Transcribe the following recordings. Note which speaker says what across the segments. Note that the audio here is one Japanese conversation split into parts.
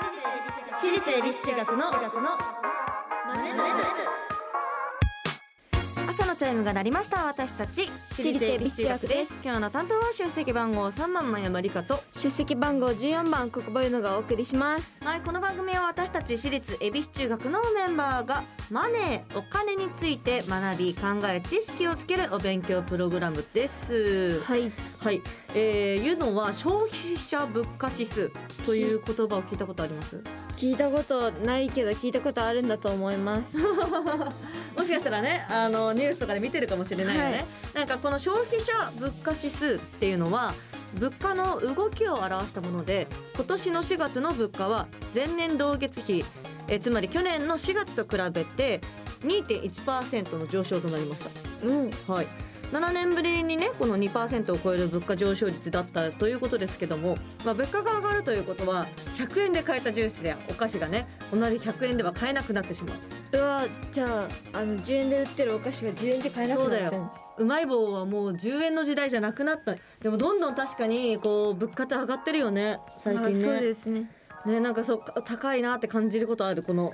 Speaker 1: 私立恵比寿中学の朝のチャイムが鳴りました私たち
Speaker 2: 私立恵比寿中学です
Speaker 1: 今日の担当は出席番号3番前山理香と
Speaker 2: 出席番号14番国保ゆのがお送りします
Speaker 1: はいこの番組は私たち私立恵比寿中学のメンバーがマネーお金について学び考え知識をつけるお勉強プログラムです
Speaker 2: はい
Speaker 1: はい、えー、ゆのは消費者物価指数という言葉を聞いたことあります
Speaker 2: 聞いたことないけど聞いたことあるんだと思います
Speaker 1: もしかしたらねあのニュースとかで見てるかもしれないよね、
Speaker 2: はい
Speaker 1: なんかこの消費者物価指数っていうのは物価の動きを表したもので今年の4月の物価は前年同月比えつまり去年の4月と比べて2.1%の上昇となりまし
Speaker 2: うん
Speaker 1: た、はい、7年ぶりにねこの2%を超える物価上昇率だったということですけども、まあ、物価が上がるということは100円で買えたジュースやお菓子がね同じ100円では買えなくなってしまう
Speaker 2: うわじゃああの10円で売ってるお菓子が10円じゃ買えなくなっ
Speaker 1: そう
Speaker 2: ち
Speaker 1: だ
Speaker 2: ゃ
Speaker 1: ようまい棒はもう10円の時代じゃなくなったでもどんどん確かにこう物価って上がってるよね
Speaker 2: う
Speaker 1: 最
Speaker 2: あ
Speaker 1: 近
Speaker 2: そう
Speaker 1: ね
Speaker 2: ですね
Speaker 1: ねなんかそうか高いなって感じることあるこの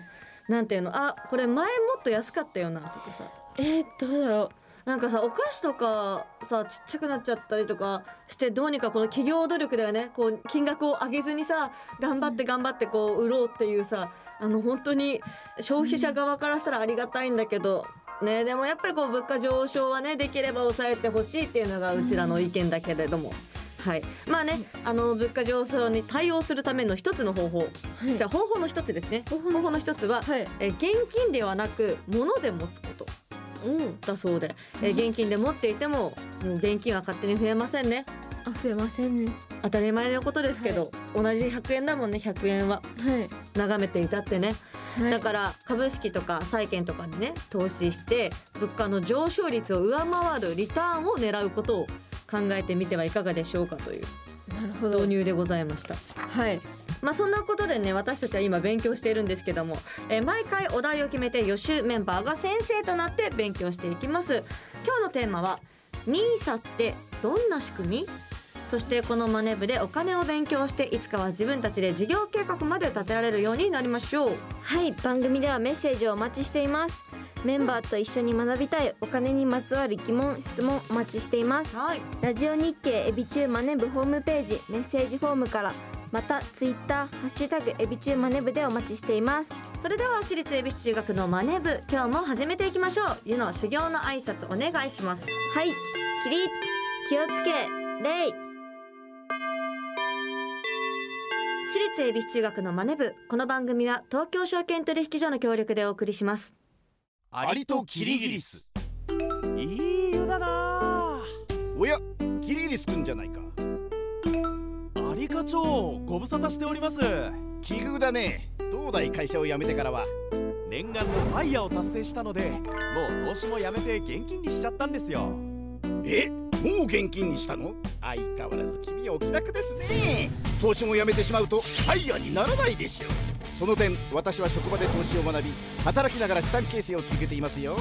Speaker 1: なんていうのあこれ前もっと安かったよなとかさ
Speaker 2: えー、どうだろ
Speaker 1: なんかさお菓子とかさちっちゃくなっちゃったりとかしてどうにかこの企業努力だよねこう金額を上げずにさ頑張って頑張ってこう売ろうっていうさあの本当に消費者側からしたらありがたいんだけど、ね、でもやっぱりこう物価上昇はねできれば抑えてほしいっていうのがうちらの意見だけれども。はい、まあね、あの物価上昇に対応するための一つの方法、
Speaker 2: う、はい、
Speaker 1: じゃあ方法の一つですね
Speaker 2: 方
Speaker 1: 方
Speaker 2: 法の
Speaker 1: 法の一つは、
Speaker 2: はい
Speaker 1: え現金ではなく物で持つこと
Speaker 2: うん
Speaker 1: だそうで、えー現金で持っていてももう現金は勝手に増えませんね
Speaker 2: あ増えませんね
Speaker 1: 当たり前のことですけど、同じ100円だもんね100円は
Speaker 2: は
Speaker 1: 眺めていたってね、
Speaker 2: い、はい、
Speaker 1: だから株式とか債券とかにね投資して物価の上昇率を上回るリターンを狙うことを考えてみてはいかがでしょうかという
Speaker 2: なるほど
Speaker 1: 導入でございました。
Speaker 2: はい
Speaker 1: まあそんなことでね私たちは今勉強しているんですけども、えー毎回お題を決めて予習メンバーが先生となって勉強していきます今日のテーマは NISA ってどんな仕組みそしてこのマネ部でお金を勉強していつかは自分たちで事業計画まで立てられるようになりましょう
Speaker 2: はい番組ではメッセージをお待ちしていますメンバーと一緒に学びたいお金にまつわる疑問質問お待ちしています
Speaker 1: はい
Speaker 2: ラジオ日経エビチューマネブホームページメッセージフォームからまたツイッターハッシュタグエビチューマネブでお待ちしています
Speaker 1: それでは私立恵比寿中学のマネ部今日も始めていきましょう湯の修行の挨拶お願いします
Speaker 2: はい起立気をつけ礼
Speaker 1: 私立恵比寿中学のマネ部この番組は東京証券取引所の協力でお送りします
Speaker 3: アリとキリギリスいい湯だな
Speaker 4: おやキリギリスくんじゃないか
Speaker 3: アリ課長ご無沙汰しております
Speaker 4: 奇遇だね東大会社を辞めてからは
Speaker 3: 念願のファイヤーを達成したのでもう投資もやめて現金にしちゃったんですよ
Speaker 4: えもう現金にしたの相変わらず君はお気楽ですね投資も辞めてしまうとファイヤーにならないでしょうその点私は職場で投資を学び働きながら資産形成を続けていますよ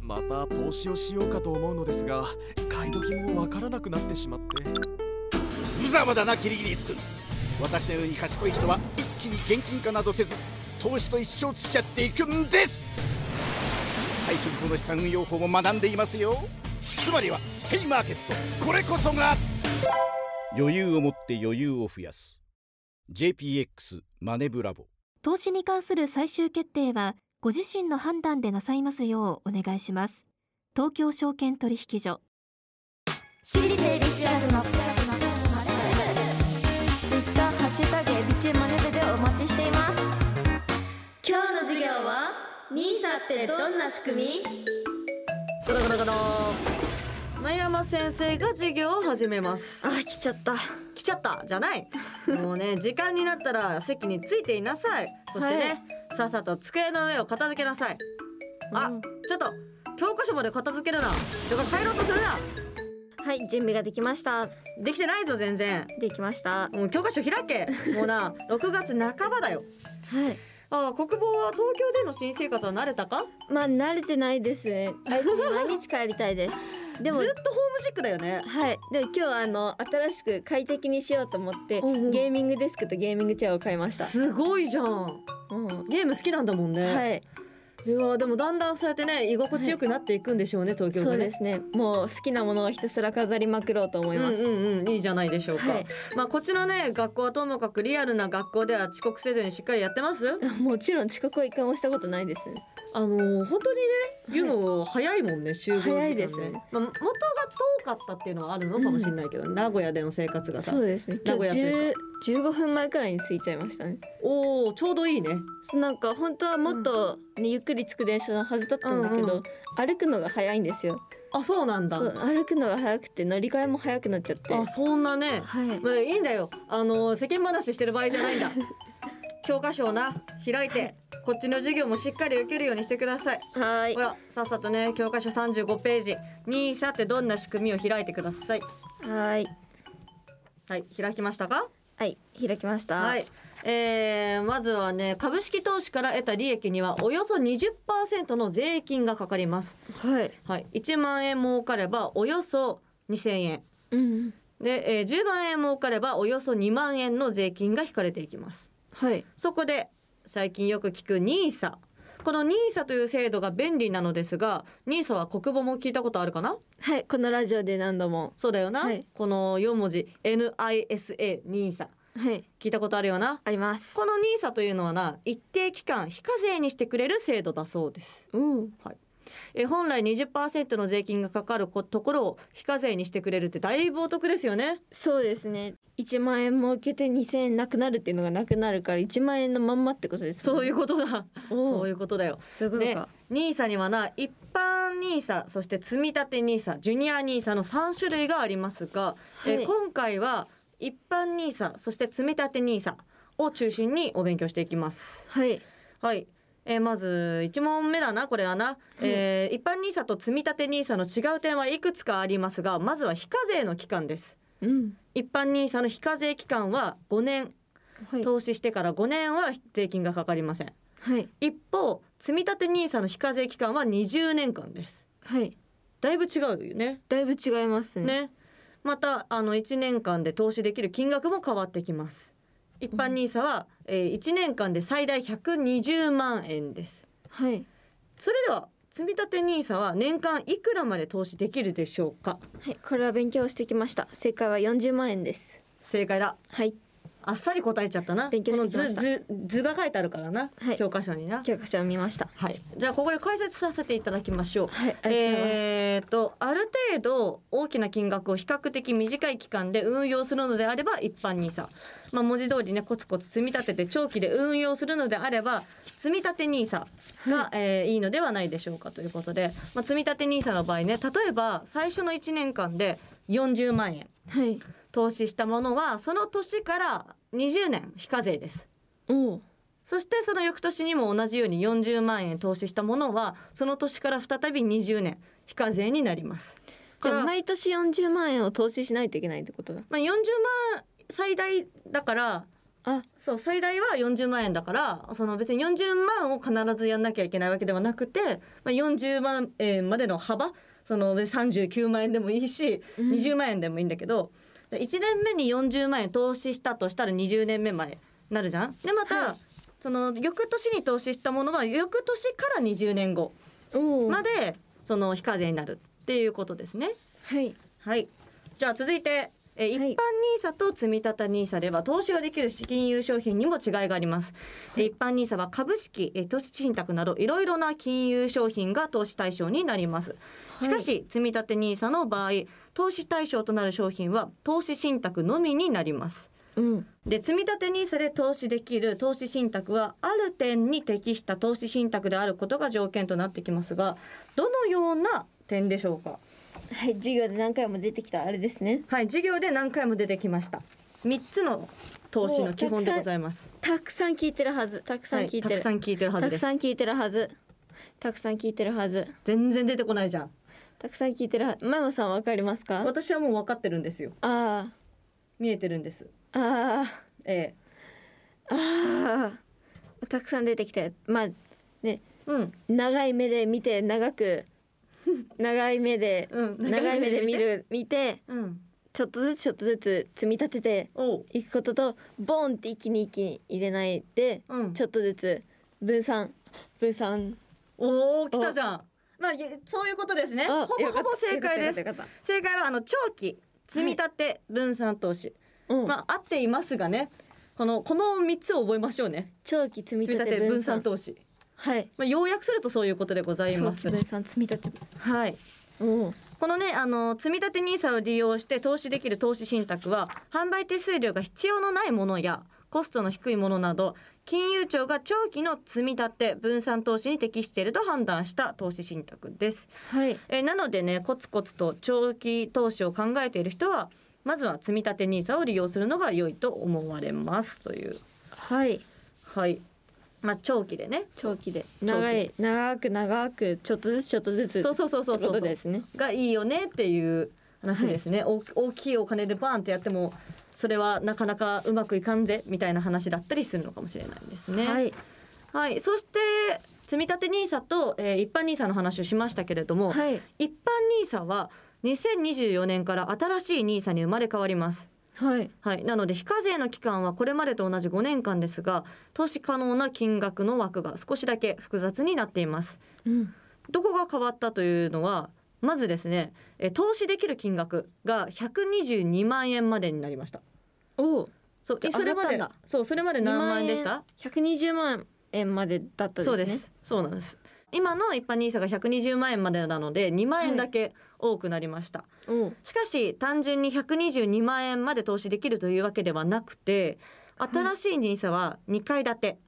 Speaker 3: また投資をしようかと思うのですが買い時もわからなくなってしまって
Speaker 4: 無様だなキリギリスくん私のように賢い人は一気に現金化などせず投資と一生付き合っていくんです最初にこの資産運用法も学んでいますよつまりはステイマーケットこれこそが余裕を持って余裕を増やす JPX マネブラボ
Speaker 5: 投資に関する最終決定はご自身の判断でなさいますようお願いします東京証券取引所
Speaker 1: 私立恵比寿中学の
Speaker 2: ツイッターハッシュタグエビチューマネブでお待ちしています今日の授業は NISA ってどんな仕組み
Speaker 1: ゴロゴロゴロ前山先生が授業を始めます
Speaker 2: あ来ちゃった
Speaker 1: 来ちゃったじゃ ないもうね時間になったら席についていなさいそしてね、
Speaker 2: は
Speaker 1: さっさと机の上を片付けなさいあ、
Speaker 2: うん
Speaker 1: ちょっと教科書まで片付けるなとか帰ろうとするな
Speaker 2: はい準備ができました
Speaker 1: できてないぞ全然
Speaker 2: できましたは
Speaker 1: もう教科書開 けもうな6月半ばだよ
Speaker 2: い
Speaker 1: あ国防は東京での新生活は慣れたか
Speaker 2: まあ慣れてないですね。あいつに毎日帰りたいです。で も
Speaker 1: ずっとホームシックだよね
Speaker 2: はいでも今日あの新しく快適にしようと思って
Speaker 1: うんうん
Speaker 2: ゲーミングデスクとゲーミングチェアを買いました
Speaker 1: すごいじゃん
Speaker 2: うん
Speaker 1: ゲーム好きなんだもんね、
Speaker 2: はい
Speaker 1: い、やーでもだんだんそうやってね居心地よくなっていくんでしょうね、東京
Speaker 2: そ
Speaker 1: が
Speaker 2: うで
Speaker 1: ね
Speaker 2: すねもう好きなものをひたすら飾りまくろうと思います、
Speaker 1: うんうんうんいいじゃないでしょうか、
Speaker 2: はい
Speaker 1: まあこっちのね学校はともかくリアルな学校では遅刻せずにしっかりやってます
Speaker 2: もちろん遅刻は一回もしたことないです
Speaker 1: あのー本当にね言うの早いもんね集合時間
Speaker 2: 早いですね
Speaker 1: まあ、元が遠かったっていうのはあるのかもしれないけど、名古屋での生活がさ
Speaker 2: そうですね今
Speaker 1: 名古
Speaker 2: 日
Speaker 1: 屋という
Speaker 2: 10 15分前くらいに着いちゃいましたね
Speaker 1: おおちょうどいいね
Speaker 2: なんか本当はもっと、ねゆっくり着く電車のはずだったんだけど、
Speaker 1: うんうん
Speaker 2: 歩くのが早いんですよ
Speaker 1: あそうなんだ
Speaker 2: そう歩くのが早くて乗り換えも早くなっちゃって
Speaker 1: あそんなね、
Speaker 2: はい
Speaker 1: まあ、いいんだよあのー世間話してる場合じゃないん だ教科書をな開いてこっちの授業もしっかり受けるようにしてください
Speaker 2: はーい
Speaker 1: ほらさっさとね教科書35ページにさってどんな仕組みを開いてください
Speaker 2: はーい
Speaker 1: はい開きましたか
Speaker 2: はい開きました
Speaker 1: はい、えーまずはね株式投資から得た利益にはおよそ20%の税金がかかります、
Speaker 2: はい
Speaker 1: はい、1万円儲かればおよそ2000円
Speaker 2: うん
Speaker 1: で、えー10万円儲かればおよそ2万円の税金が引かれていきます
Speaker 2: はい
Speaker 1: そこで最近よく聞く NISA この NISA という制度が便利なのですが NISA は国語も聞いたことあるかな
Speaker 2: はいこのラジオで何度も
Speaker 1: そうだよな、
Speaker 2: はい
Speaker 1: この4文字 NISA NISA
Speaker 2: はい
Speaker 1: 聞いたことあるよな
Speaker 2: あります
Speaker 1: この NISA というのはな一定期間非課税にしてくれる制度だそうです。
Speaker 2: うん
Speaker 1: え本来20%の税金がかかることころを非課税にしてくれるってだいぶお得ですよね。
Speaker 2: そうですね1万円儲けて2000円なくなるっていうのがなくなるから1万円のまんまってことですね、
Speaker 1: そういうことだ。
Speaker 2: おう
Speaker 1: そういうことだよ。
Speaker 2: そういうこと
Speaker 1: で
Speaker 2: か、
Speaker 1: NISA にはな一般 NISA そして積立 NISA ジュニア NISA の3種類がありますが、え
Speaker 2: はい
Speaker 1: 今回は一般 NISA そして積立 NISA を中心にお勉強していきます。
Speaker 2: はい
Speaker 1: はい。えーまず一問目だなこれはな、えー一般ニーサと積立ニーサの違う点はいくつかありますがまずは非課税の期間です
Speaker 2: うん
Speaker 1: 一般ニーサの非課税期間は5年
Speaker 2: はい
Speaker 1: 投資してから5年は税金がかかりません
Speaker 2: はい
Speaker 1: 一方積立ニーサの非課税期間は20年間です
Speaker 2: はい
Speaker 1: だいぶ違うよね
Speaker 2: だいぶ違いますね
Speaker 1: ねまたあの1年間で投資できる金額も変わってきます一般ニーサは、え1年間で最大120万円です
Speaker 2: はい
Speaker 1: それでは積立 NISA は年間いくらまで投資できるでしょうか
Speaker 2: はいこれは勉強してきました正解は40万円です
Speaker 1: 正解だ
Speaker 2: はい
Speaker 1: あっさり答えちゃったな
Speaker 2: 勉強してきま
Speaker 1: こ
Speaker 2: した
Speaker 1: の図図図が書いてあるからな、
Speaker 2: はい
Speaker 1: 教科書にな
Speaker 2: 教科書を見ました
Speaker 1: はいじゃあここで解説させていただきましょう
Speaker 2: はいありがとうございます、
Speaker 1: えー、とある程度大きな金額を比較的短い期間で運用するのであれば一般 NISA、まあ、文字通りねコツコツ積み立てて長期で運用するのであれば積立 NISA が、えーいいのではないでしょうかということで、まあ、積立 NISA の場合ね例えば最初の1年間で40万円
Speaker 2: はい
Speaker 1: 投資したものはその年から20年非課税です。
Speaker 2: おう
Speaker 1: そしてその翌年にも同じように40万円投資したものはその年から再び20年非課税になります。
Speaker 2: じゃあ
Speaker 1: だから
Speaker 2: 毎年40万円を投資しないといけないってことだ
Speaker 1: まあ、40万最大だから
Speaker 2: あ
Speaker 1: そう最大は40万円だからその別に40万を必ずやんなきゃいけないわけではなくて、まあ、40万円までの幅その別に39万円でもいいし、
Speaker 2: うん
Speaker 1: 20万円でもいいんだけど1年目に40万円投資したとしたら20年目までなるじゃん。でまた、
Speaker 2: は
Speaker 1: その翌年に投資したものは翌年から20年後
Speaker 2: おう
Speaker 1: までその非課税になるっていうことですね。
Speaker 2: はい
Speaker 1: はい。じゃあ続いて、えー一般
Speaker 2: はい
Speaker 1: ニーサと積立ニーサでは投資ができる金融商品にも違いがあります。えー一般ニーサは株式、えー投資信託などいろいろな金融商品が投資対象になります。しかし積立ニーサの場合、投資対象となる商品は投資信託のみになります。
Speaker 2: うん
Speaker 1: で積立 NISA で投資できる投資信託はある点に適した投資信託であることが条件となってきますがどのような点でしょうか
Speaker 2: はい授業で何回も出てきたあれですね
Speaker 1: はい、授業で何回も出てきました。三つの投資の基本でございます。
Speaker 2: たくさん聞いてるはずたくさん
Speaker 1: は
Speaker 2: 聞
Speaker 1: い、
Speaker 2: い
Speaker 1: た
Speaker 2: てる、
Speaker 1: くさん聞いてるはず
Speaker 2: た
Speaker 1: で
Speaker 2: く
Speaker 1: す
Speaker 2: さ。ん聞いてるはずたくさん聞いてるはず
Speaker 1: 全然出てこないじゃん。
Speaker 2: たくさん聞いてるはずママさんわかりますか
Speaker 1: 私はもう分かってるんですよ。
Speaker 2: あ
Speaker 1: 見えてるんです。
Speaker 2: あああ
Speaker 1: え
Speaker 2: ああたくさん出てきてまあね
Speaker 1: えうん、
Speaker 2: 長い目で見て長く 長い目で
Speaker 1: うん
Speaker 2: 長い目で見る見て
Speaker 1: うん
Speaker 2: ちょっとずつちょっとずつ積み立てて
Speaker 1: おう
Speaker 2: いくこととボンって一気に一気に入れないで
Speaker 1: うん
Speaker 2: ちょっとずつ分散分散
Speaker 1: おお来たじゃんまあいそういうことですねほ
Speaker 2: あ
Speaker 1: ぼ
Speaker 2: よか
Speaker 1: ほ
Speaker 2: った
Speaker 1: ぼ正解です
Speaker 2: よかったよかっ
Speaker 1: 正解はあの長期積み立て分散投資、
Speaker 2: たうん
Speaker 1: まあ合っていますがねこのこの三つを覚えましょうね
Speaker 2: 長期積み
Speaker 1: 積み
Speaker 2: 立
Speaker 1: 立
Speaker 2: て
Speaker 1: て
Speaker 2: 分
Speaker 1: 分散
Speaker 2: 散
Speaker 1: 投資
Speaker 2: はい
Speaker 1: まあ要約するとそういうことでござい
Speaker 2: 長
Speaker 1: ま
Speaker 2: 期
Speaker 1: す
Speaker 2: 分散積み立て
Speaker 1: はい
Speaker 2: うん
Speaker 1: このねあの積立 NISA を利用して投資できる投資信託は販売手数料が必要のないものやコストの低いものなど金融庁が長期の積み立て分散投資に適していると判断した投資信託です。
Speaker 2: はい
Speaker 1: えーなのでねコツコツと長期投資を考えている人はまずは積み立て NISA を利用するのが良いと思われますという
Speaker 2: はい
Speaker 1: はいまあ長期でね
Speaker 2: 長期で
Speaker 1: 長期
Speaker 2: 長い長く長くちょっとずつちょっとずつ
Speaker 1: そうそうそうそうそう
Speaker 2: ってことですね
Speaker 1: がいいよねっていう話ですね、大大きいお金でバーンってやってもそれはなかなかうまくいかんぜみたいな話だったりするのかもしれないですね。
Speaker 2: は
Speaker 1: はい、
Speaker 2: い
Speaker 1: そして積み立て NISA と、えー一般 NISA の話をしましたけれども、
Speaker 2: はい
Speaker 1: 一般 NISA は2024年から新しい NISA に生まれ変わります。
Speaker 2: はい
Speaker 1: はい、なので非課税の期間はこれまでと同じ5年間ですが投資可能な金額の枠が少しだけ複雑になっています。
Speaker 2: うん
Speaker 1: どこが変わったというのはまずですねえー投資できる金額が122万円までになりました
Speaker 2: お
Speaker 1: そう
Speaker 2: じゃあ
Speaker 1: それま
Speaker 2: 上
Speaker 1: で
Speaker 2: がったん
Speaker 1: そうそれまで何万円でした
Speaker 2: 120万円までだったですね
Speaker 1: そうですそうなんです今の一般 NISA が120万円までなので2万円だけ多くなりました、
Speaker 2: お
Speaker 1: しかし単純に122万円まで投資できるというわけではなくて新しい NISA は2階建て、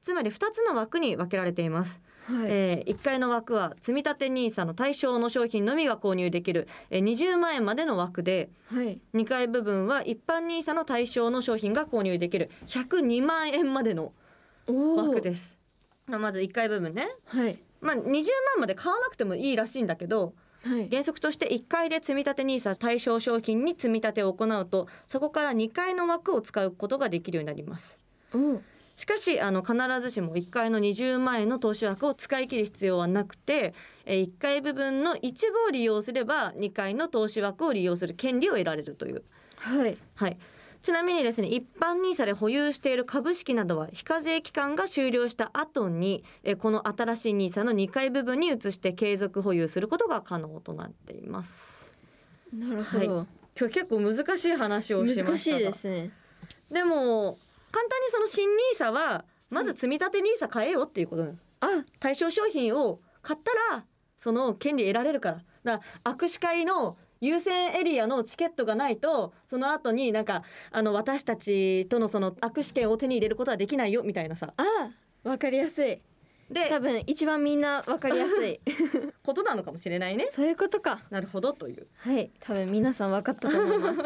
Speaker 1: つまり2つの枠に分けられています
Speaker 2: はい、
Speaker 1: えー、1階の枠は積立 NISA の対象の商品のみが購入できる、えー、20万円までの枠で
Speaker 2: はい
Speaker 1: 2階部分は一般 NISA の対象の商品が購入できる102万円までの
Speaker 2: お
Speaker 1: 枠です。まあまず1階部分ね、
Speaker 2: はい
Speaker 1: まあ、20万まで買わなくてもいいらしいんだけど
Speaker 2: はい
Speaker 1: 原則として1階で積立 NISA 対象商品に積み立てを行うとそこから2階の枠を使うことができるようになります。
Speaker 2: うん
Speaker 1: しかしあの必ずしも1回の20万円の投資枠を使い切る必要はなくて1回部分の一部を利用すれば2回の投資枠を利用する権利を得られるという。
Speaker 2: はい
Speaker 1: はいちなみにですね一般 NISA で保有している株式などは非課税期間が終了した後にえこの新しい NISA の2回部分に移して継続保有することが可能となっています。
Speaker 2: なるほど、
Speaker 1: 今日結構難しい話をしました
Speaker 2: 難し
Speaker 1: が
Speaker 2: いですね
Speaker 1: でも簡単にその新ニーサはまず積み立てニーサ買えよっていうことなの
Speaker 2: あ
Speaker 1: 対象商品を買ったらその権利得られるからだから握手会の優先エリアのチケットがないとその後になんかあの私たちとのその握手券を手に入れることはできないよみたいなさ
Speaker 2: あわかりやすい多
Speaker 1: で
Speaker 2: 分一番みんなわかりやすい
Speaker 1: ことなのかもしれないね。
Speaker 2: そういうことか
Speaker 1: なるほどという。
Speaker 2: はい多分皆さんわかったと思います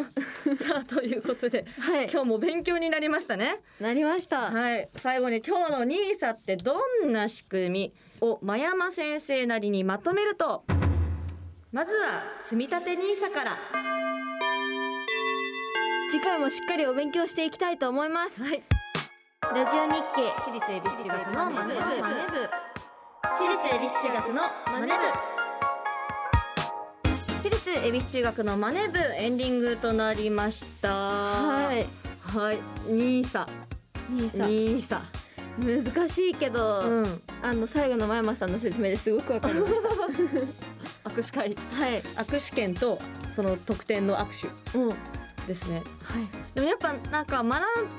Speaker 1: さあということで
Speaker 2: はい
Speaker 1: 今日も勉強になりましたね。
Speaker 2: なりましたは
Speaker 1: はい、最後に今日のニーサってどんな仕組みを真山先生なりにまとめるとまずは積み立てニーサから
Speaker 2: 次回もしっかりお勉強していきたいと思います
Speaker 1: はい
Speaker 2: ラジオ日経
Speaker 1: 私立恵比寿中学のマネブ私立恵比寿中学のマネブ私立恵比寿中学のマネブエンディングとなりました
Speaker 2: は
Speaker 1: はいはいニーサ
Speaker 2: 兄さん
Speaker 1: ニーサ
Speaker 2: 難しいけど、
Speaker 1: うん
Speaker 2: あの最後の前山さんの説明ですごくわかりまし
Speaker 1: 握手会
Speaker 2: た はい
Speaker 1: 握手券とその特典の握
Speaker 2: うんはい
Speaker 1: 手ですねでもやっぱなんか学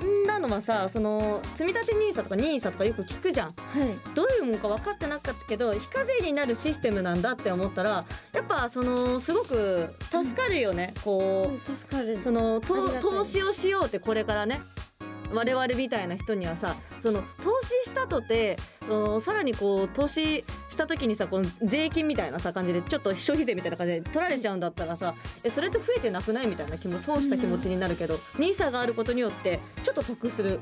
Speaker 1: んだのはさその積立 NISA とか NISA とかよく聞くじゃん
Speaker 2: はい
Speaker 1: どういうものか分かってなかったけど非課税になるシステムなんだって思ったらやっぱそのすごく助かるよね、こ
Speaker 2: うん助かる
Speaker 1: うそのと
Speaker 2: ありがたい
Speaker 1: 投資をしようってこれからね我々みたいな人にはさその投資したとてそのさらにこう投資した時にさこの税金みたいなさ感じでちょっと消費税みたいな感じで取られちゃうんだったらさえそれって増えてなくないみたいな気も損した気持ちになるけど NISA、があることによってちょっと得する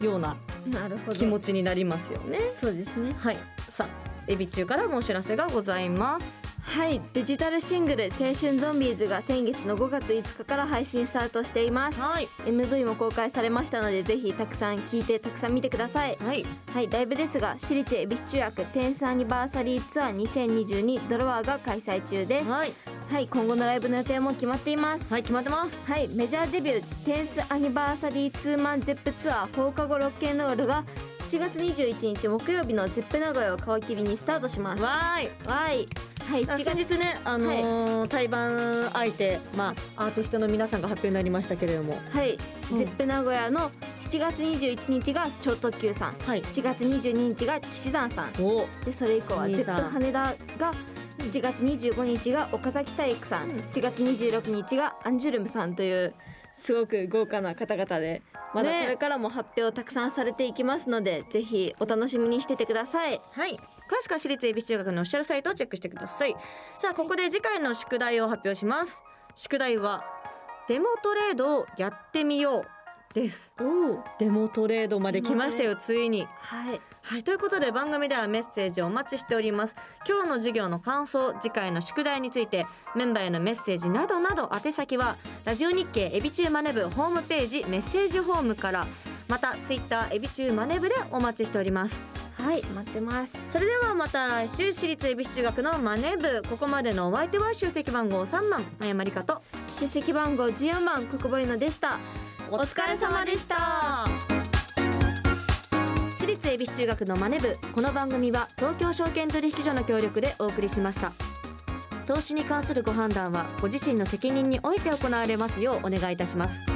Speaker 1: ような
Speaker 2: なるほど
Speaker 1: 気持ちになりますよね。
Speaker 2: そうですね
Speaker 1: はい、さあ、エビ中からもお知らせがございます。
Speaker 2: はいデジタルシングル「青春ゾンビーズ」が先月の5月5日から配信スタートしています
Speaker 1: はい、
Speaker 2: MV も公開されましたのでぜひたくさん聴いてたくさん見てください
Speaker 1: はい、
Speaker 2: はいライブですが私立恵比寿中学テンスアニバーサリーツアー2022ドロワーが開催中です
Speaker 1: はい、
Speaker 2: はい今後のライブの予定も決まっています
Speaker 1: はい、決まってます。
Speaker 2: はい、メジャーデビューテンスアニバーサリーツーマンゼップツアー放課後ロッケンロールは7月21日木曜日のゼップ名古屋を皮切りにスタートします。わ
Speaker 1: わーい。
Speaker 2: ーい、はい、
Speaker 1: あ先
Speaker 2: 7月
Speaker 1: 日ね、あのー対バン相手、まあ、アーティストの皆さんが発表になりましたけれども。
Speaker 2: はい、
Speaker 1: うん
Speaker 2: ゼップ名古屋の7月21日が超特急さん、
Speaker 1: はい。
Speaker 2: 7月22日が岸山さん、
Speaker 1: おー
Speaker 2: でそれ以降は
Speaker 1: 兄
Speaker 2: ゼップ
Speaker 1: さん
Speaker 2: 羽田が7月25日が岡崎体育さん、7月26日がアンジュルムさんというすごく豪華な方々でまだ
Speaker 1: ね
Speaker 2: これからも発表たくさんされていきますので、ぜひお楽しみにしててください
Speaker 1: はい。詳しくは私立恵比寿中学のオフィシャルサイトをチェックしてください。さあ、ここで次回の宿題を発表します。宿題は、デモトレードをやってみようです。デモトレードまで来ましたよ、ついに。
Speaker 2: はい
Speaker 1: はい、ということで番組ではメッセージをお待ちしております今日の授業の感想次回の宿題についてメンバーへのメッセージなどなど宛先はラジオ日経エビチューマネブホームページメッセージフォームからまたツイッターエビチューマネブでお待ちしております
Speaker 2: はい待ってます
Speaker 1: それではまた来週私立恵比寿中学のマネブここまでのお相手は集積番号3番謝りかと
Speaker 2: 出席番号14番国母ゆのでした
Speaker 1: お疲れ様でした私立恵比寿中学のマネ部この番組は東京証券取引所の協力でお送りしました投資に関するご判断はご自身の責任において行われますようお願いいたします